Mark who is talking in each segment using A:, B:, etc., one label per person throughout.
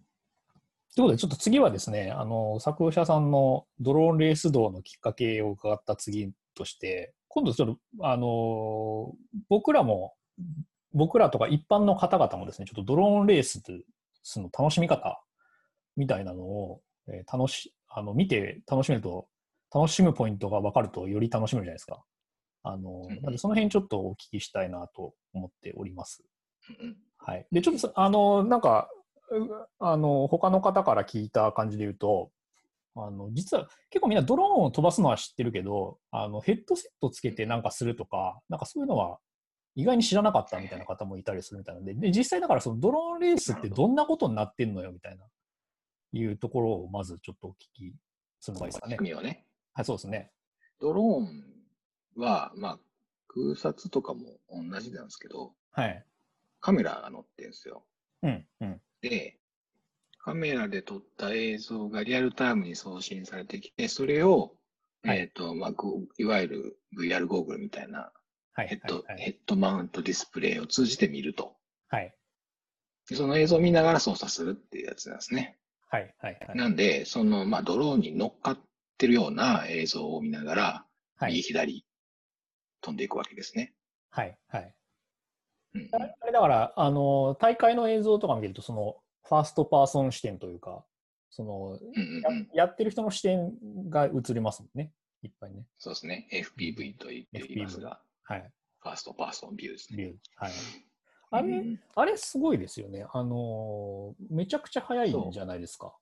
A: ということで、ちょっと次はですね、あの、作者さんのドローンレース道のきっかけを伺った次として、今度ちょっと、あの、僕らも、僕らとか一般の方々もですね、ちょっとドローンレースの楽しみ方みたいなのを、えー楽し、あの、見て楽しめると、楽しむポイントが分かるとより楽しめるじゃないですか。あの
B: うんうん、
A: なんでその辺ちょっとお聞きしたいなと思っております。
B: うん
A: はい。で、ちょっとそ、あの、なんか、うあの、他の方から聞いた感じで言うと、あの、実は結構みんなドローンを飛ばすのは知ってるけど、あの、ヘッドセットつけてなんかするとか、なんかそういうのは意外に知らなかったみたいな方もいたりするみたいなんで、で、実際だからそのドローンレースってどんなことになってんのよみたいな、いうところをまずちょっとお聞きするのがいいですか
B: 仕
A: ね。
B: 組みをね。
A: はい、そうですね。
B: ドローンは、まあ、空撮とかも同じなんですけど、
A: はい。
B: カメラが乗ってるんですよ。
A: うん、うん、
B: で、カメラで撮った映像がリアルタイムに送信されてきて、それを、
A: はい
B: えっ、と、まあ、こういわゆる VR ゴーグルみたいな
A: はい、
B: ヘッド、
A: はい、
B: ヘッドマウントディスプレイを通じて見ると。
A: はい、
B: でその映像を見ながら操作するっていうやつなんですね。
A: はい、はい、はい、
B: なんで、その、まあ、ドローンに乗っかってるような映像を見ながら、
A: はい
B: 右、左、飛んでいくわけですね。
A: はい、はい。
B: うんうん
A: あれあれだから、あの、大会の映像とか見てると、その、ファーストパーソン視点というか、その、
B: うん
A: や
B: うんうん、
A: やってる人の視点が映りますもんね。いっぱいね。
B: そうですね。FPV と言っていますが、
A: はい。
B: ファーストパーソンビューですね。
A: ビュー。はい。あ
B: う
A: れ、
B: ん
A: あれすごいですよね。あの、めちゃくちゃ速いんじゃないですか。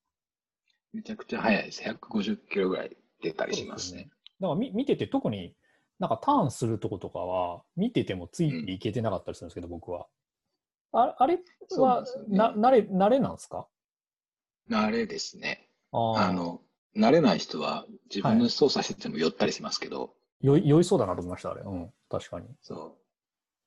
B: めちゃくちゃ速いです。150キロぐらい出たりしますね。
A: だからみ見てて、特になんかターンするとことかは、見ててもついていけてなかったりするんですけど、僕は。ああれ
B: そうなん
A: は
B: ですよね
A: な、慣れ、慣れなんですか
B: 慣れですね。
A: あー
B: あの、慣れない人は自分の操作してても寄ったりしますけど、
A: 酔い、酔いそうだなと思いました、あれ。うん、確かに。
B: そう。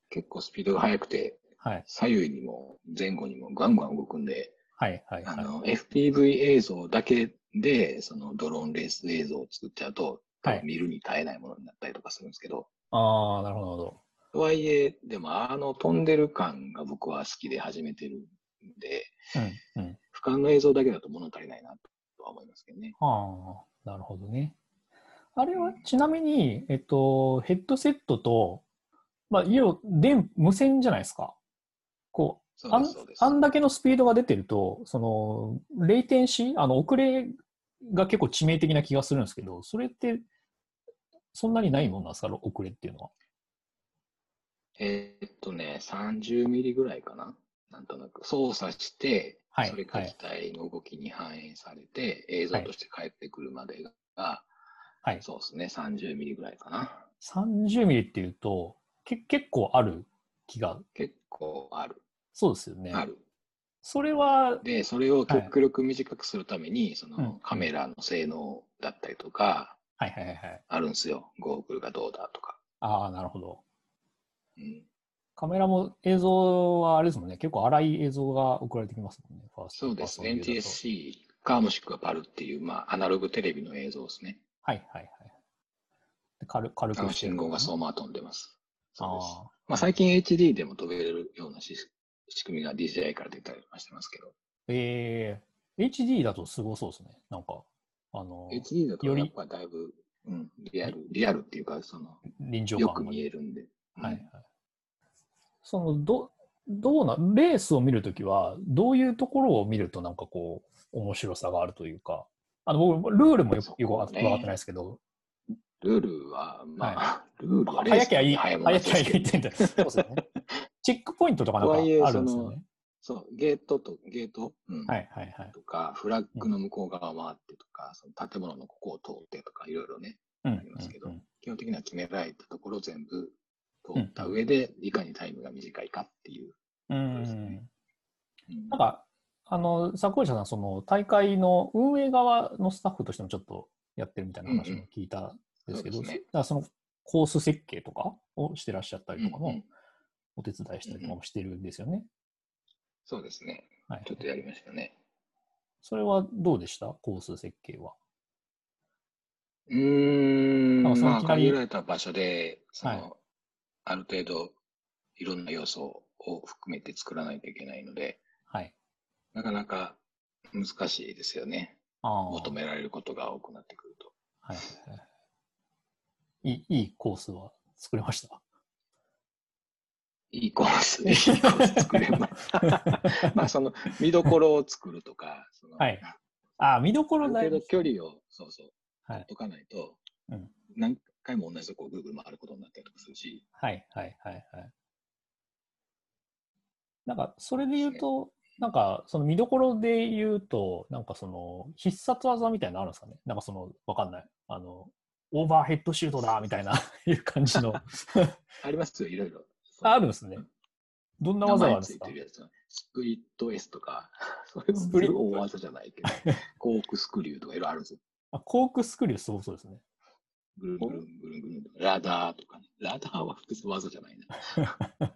B: 結構スピードが速くて、
A: はい。
B: 左右にも前後にもガンガン動くんで、
A: はい、はい、
B: あ
A: はい。
B: の、FPV 映像だけで、そのドローンレース映像を作っちゃうと、
A: はい
B: 多分見るに耐えないものになったりとかするんですけど、
A: ああ、なるほどなるほど。
B: とはいえ、でもあの飛んでる感が僕は好きで始めてるんで、
A: うん、うん。
B: 俯瞰の映像だけだと物足りないなとは思いますけどね。
A: ああ、なるほどね。あれはちなみに、えっと、ヘッドセットと、まあ、要、電、無線じゃないですか。こう、
B: そう
A: あ
B: で
A: ん
B: す、そうです。
A: あんだけのスピードが出てると、その、レイテンシー、あの、遅れが結構致命的な気がするんですけど、それって、そんなにないもんなんですか、遅れっていうのは。
B: えーっとね、30ミリぐらいかな。なんとなく操作して、
A: はい
B: それが
A: はい
B: 機体の動きに反映されて、映像として返ってくるまでが、
A: はい
B: そうですね、30ミリぐらいかな。
A: 30ミリっていうと、け、結構ある気が、
B: 結構ある、
A: そうですよね。
B: ある。
A: それは、
B: で、それを
A: はい
B: 極力短くするために、そ
A: うん
B: のカメラの性能だったりとか、
A: はいはいはいはい。
B: あるんですよ。ゴーグルがどうだとか。
A: ああ、なるほど。
B: うん、
A: カメラも映像はあれですもんね、結構荒い映像が送られてきますもんね、ファースト
B: そうですね。
A: パーソンビューだと
B: NTSC か、もしくはパルっていう、まあ、アナログテレビの映像ですね。
A: はいはいはい。で軽軽
B: あの
A: く
B: 信号がそ
A: うん
B: のまま飛んでます。そうです。
A: あ
B: まあ、最近 HD でも飛べるようなし仕組みが DJI から出たりはしてますけど、
A: ーえー、HD だとすごそうですね、なんか、あの、
B: HD だと
A: より
B: やっぱだいぶ、うん、リアル、リアルっていうか、その、
A: 臨場
B: よ
A: 感
B: く見え
A: る。
B: るんで。うん
A: はいはい。その、ど、どうな、レースを見るときは、どういうところを見るとなんかこう、面白さがあるというか、あの、僕、ルールもよく
B: そ
A: よく
B: こ
A: わ
B: ね
A: かってないですけど、
B: ルールは、まあ、ルールはレー
A: 早
B: ス
A: きゃいい、
B: 早いもの
A: 早きゃいい
B: で
A: っ
B: す
A: て
B: け
A: ん
B: ど
A: だ。そうですよね。チェックポイントとかなんかあるんですよ
B: とはいえ
A: ね。
B: そう、ゲートと、ゲート、うん
A: はいはいはい。
B: とか、フラッグの向こう側を回ってとか、その建物のここを通ってとか、いろいろね、
A: うん
B: ありますけど
A: うんうん
B: 基本的には決められたところを全部通った上で、いかにタイムが短いかっていう。
A: うん
B: そうですねうん
A: なんか、あの、作者さん、その大会の運営側のスタッフとしてもちょっとやってるみたいな話も聞いたんですけど、
B: うんうんそうですね
A: だからそのコース設計とかをしてらっしゃったりとか
B: うんう
A: も
B: ん、
A: お手伝いしたりとかもしてるんですよね。
B: そうですね。
A: はい
B: ちょっ。とやりましたね。
A: それはどうでしたコース設計は。
B: うーん、
A: なんかその
B: まあ、
A: いきなり
B: 限られた場所で、その、
A: はい
B: ある程度、いろんな要素を含めて作らないといけないので、
A: はい。
B: なかなか、難しいですよね。
A: あー
B: 求められることが多くなってくると。
A: はいはいはい。いい、いいコースは作れました。
B: いいコース、いいコース作れ ます。まあ、その、見どころを作るとか、その
A: はい ああ、見どこ
B: あ
A: ろ
B: る
A: だい
B: 程
A: ぶ
B: 度。距離を、そうそう、
A: は
B: 取
A: い
B: っとかないと、
A: うん
B: 何回も同じとこをぐるぐる回ることになったりとかするし、
A: はいはいはいはい。なんか、それで言うと、なんか、その見どころで言うと、なんかその、必殺技みたいなのあるんですかねなんかその、わかんない。あの、オーバーヘッドシュートだみたいな、いう感じ の。
B: ありますよ、いろいろ。
A: ああるんですね。どんな
B: 名
A: 技があ
B: 前
A: るんで
B: につ
A: す
B: い
A: か
B: てるやつは、スプリット S とか、 それも
A: スプリット
B: 大技じ ゃないけど、コークスクリューとかいろいろあるんですよ。
A: あコークスクリューすごそうですね。
B: ぐるんぐるんぐるんぐるんとか、ラダーとかね。ラダーは普通技じゃない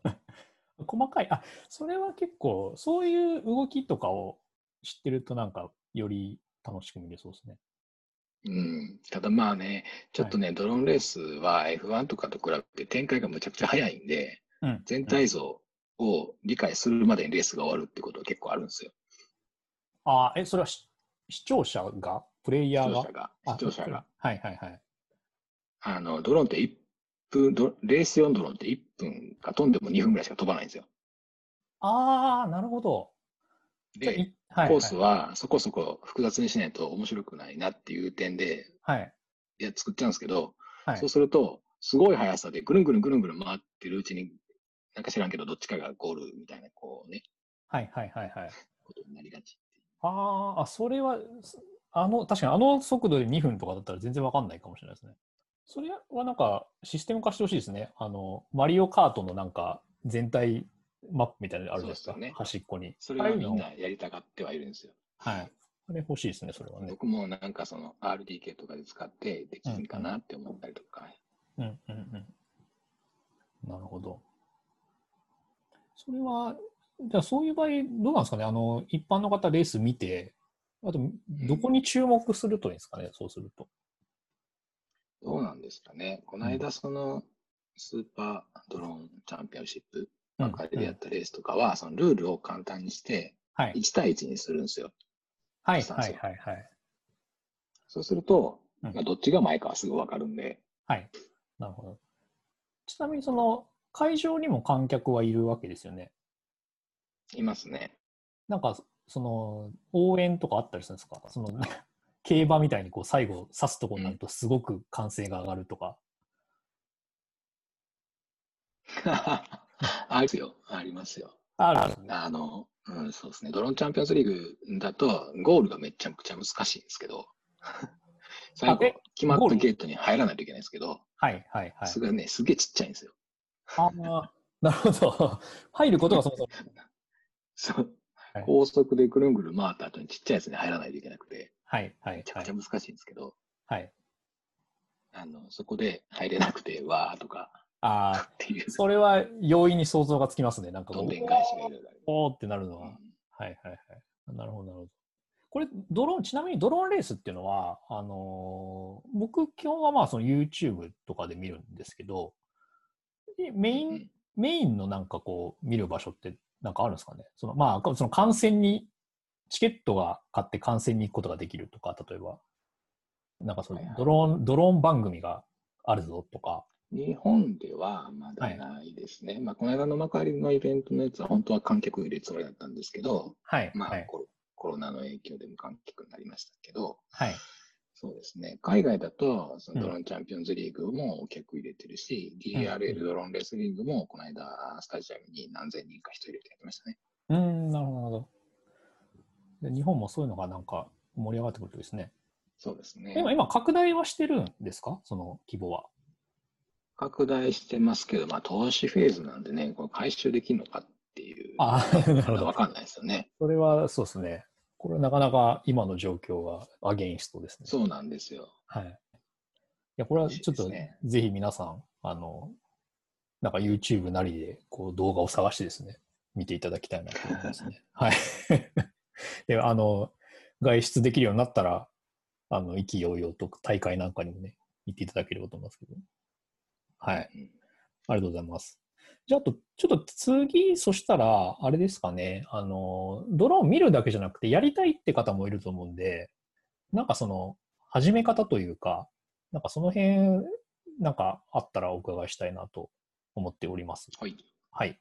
B: な。
A: 細かい。あ、それは結構、そういう動きとかを知ってると、なんか、より楽しく見れそうですね。
B: うん。ただまあね、ちょっとね、ドローンレースは F1 とかと比べて展開がむちゃくちゃ早いんで、
A: うん。
B: 全
A: うん
B: 体像を理解するまでにレースが終わるってことは結構あるんですよ。
A: あーえ、それはし視聴者がプレイ
B: 視
A: ヤー
B: 聴
A: が
B: 者が。
A: あ
B: 視聴者が。。
A: はいはいはい。
B: あの、ドローンって1分、ドレース用のドローンって1分か飛んでも2分ぐらいしか飛ばないんですよ。
A: ああ、なるほど。じゃあ
B: で、
A: いはい
B: コースはそこそこ複雑にしないと面白くないなっていう点で、
A: はい。はい
B: いや、作っちゃうんですけど、
A: はい
B: そうすると、すごい速さでぐるんぐるんぐるんぐるん回ってるうちに、なんか知らんけど、どっちかがゴールみたいな、こうね、
A: はいはいはいはい。
B: ことになりがち。
A: あーあ、それは、すあの、確かにあの速度で2分とかだったら全然わかんないかもしれないですね。それはなんかシステム化してほしいですね。あの、マリオカートのなんか全体マップみたいなのあるじゃないですか。
B: そうですよね
A: 端っこに。
B: それ
A: ああい
B: は
A: う
B: み
A: の
B: んなやりたがってはいるんですよ。
A: はい。あれ欲しいですね、それはね。
B: 僕もなんかその RDK とかで使ってできんかなって思ったりとか。
A: うんうんうん。なるほど。それは、じゃあそういう場合、どうなんですかね、あの一般の方、レース見て、あと、どこに注目するといいんですかね、そうすると。
B: どうなんですかね。この間そのスーパードローンチャンピオンシップ、ばかりでやったレースとかは、そのルールを簡単にして、
A: はい、
B: 1対1にするんですよ。
A: はい、
B: そう
A: は
B: そ、
A: いうはい、はい。
B: そうすると、
A: うん
B: まあ、どっちが前かはすぐわかるんで、
A: はい。なるほど。ちなみに、その、会場にも観客はいるわけですよね。
B: いますね。
A: なんか、その、応援とかあったりするんですかその、 競馬みたいに、こう、最後、刺すとこになると、すごく歓声が上がるとか。
B: あるよ、ありますよ。
A: あるんですね。
B: あの、うん、そうですね。ドローンチャンピオンズリーグだと、ゴールがめちゃくちゃ難しいんです けど、最後
A: え、
B: 決まっ
A: ゴー
B: た
A: ル
B: ゲートに入らないといけないんですけど、
A: はい、はい、はい
B: そ。れがね、すげえちっちゃいんですよ。
A: ああ、なるほど。入ることがそもそも。
B: そう
A: はい
B: 高速でぐるんぐるん回った後にちっちゃいやつに入らないといけなくて、
A: はい、はい
B: めち、ゃ
A: は
B: くちゃ
A: い。
B: 難しいんですけど、
A: はい、
B: あの、そこで入れなくて、わーとか
A: ああ、
B: ってい う、
A: それは容易に想像がつきますね。なんか
B: ど
A: こ
B: ん
A: う、
B: でん返しがいろいろあり
A: おーってなるのは。
B: ま
A: は
B: す
A: い、はい、はい。なるほど、なるほど。これ、ドローン、ちなみにドローンレースっていうのは、あのー僕、基本はまあ、その YouTube とかで見るんですけど、でメ
B: うん
A: イ
B: う
A: ン
B: ん、
A: メインのなんかこう、見る場所ってなんかあるんですかねその、まあ、その観戦に、チケットが買って観戦に行くことができるとか、例えば、なんかその
B: はいはい
A: ドローン、ドローン番組があるぞとか、
B: 日本ではまだないですね。まあ、この間の幕張のイベントのやつは本当は観客入れるつもりだったんですけど、
A: はい、
B: まあ、
A: はい、
B: コロコロナの影響で無観客になりましたけど、
A: はい、
B: そうですね。海外だと、そ
A: う
B: の
A: ん
B: ドローンチャンピオンズリーグもお客入れてるし、
A: ん
B: DRL ドローンレスリングもこの間、スタジアムに何千人か人入れてやってましたね。
A: うーん、なるほど、なるほど。で日本もそういうのがなんか盛り上がってくるといいですね。
B: そうですね。
A: 今、今、拡大はしてるんですかその規模は。
B: 拡大してますけど、まあ、投資フェーズなんでね、これ回収できるのかっていう、
A: あーなるほど
B: わかんないですよね。
A: それはそうですね。これはなかなか今の状況はアゲインストですね。
B: そうなんですよ。
A: はい。いや、これはちょっ
B: 嬉しい
A: と、
B: ですね
A: ぜひ皆さん、あの、なんか YouTube なりで、こう動画を探してですね、見ていただきたいなと思います ね。はい。 で、あの、外出できるようになったら、あの、意気揚々と大会なんかにもね、行っていただければと思いますけど。はい。
B: うん
A: ありがとうございます。じゃあ、あと、ちょっと次、そしたら、あれですかね、あの、ドローン見るだけじゃなくて、やりたいって方もいると思うんで、なんかその、始め方というか、なんかその辺、なんかあったらお伺いしたいなと思っております。
B: はい。
A: はい。